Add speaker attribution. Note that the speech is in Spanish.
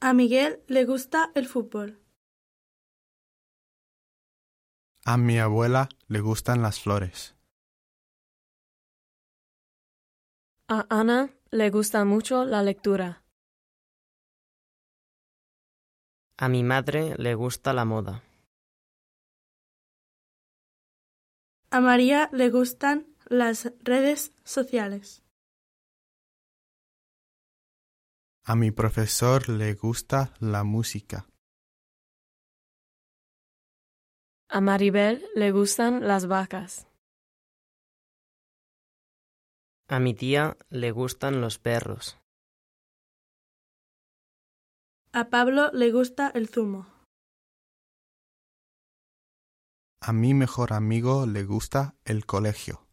Speaker 1: A Miguel le gusta el fútbol.
Speaker 2: A mi abuela le gustan las flores.
Speaker 3: A Ana le gusta mucho la lectura.
Speaker 4: A mi madre le gusta la moda.
Speaker 1: A María le gustan las redes sociales.
Speaker 2: A mi profesor le gusta la música.
Speaker 3: A Maribel le gustan las vacas.
Speaker 4: A mi tía le gustan los perros.
Speaker 1: A Pablo le gusta el zumo.
Speaker 2: A mi mejor amigo le gusta el colegio.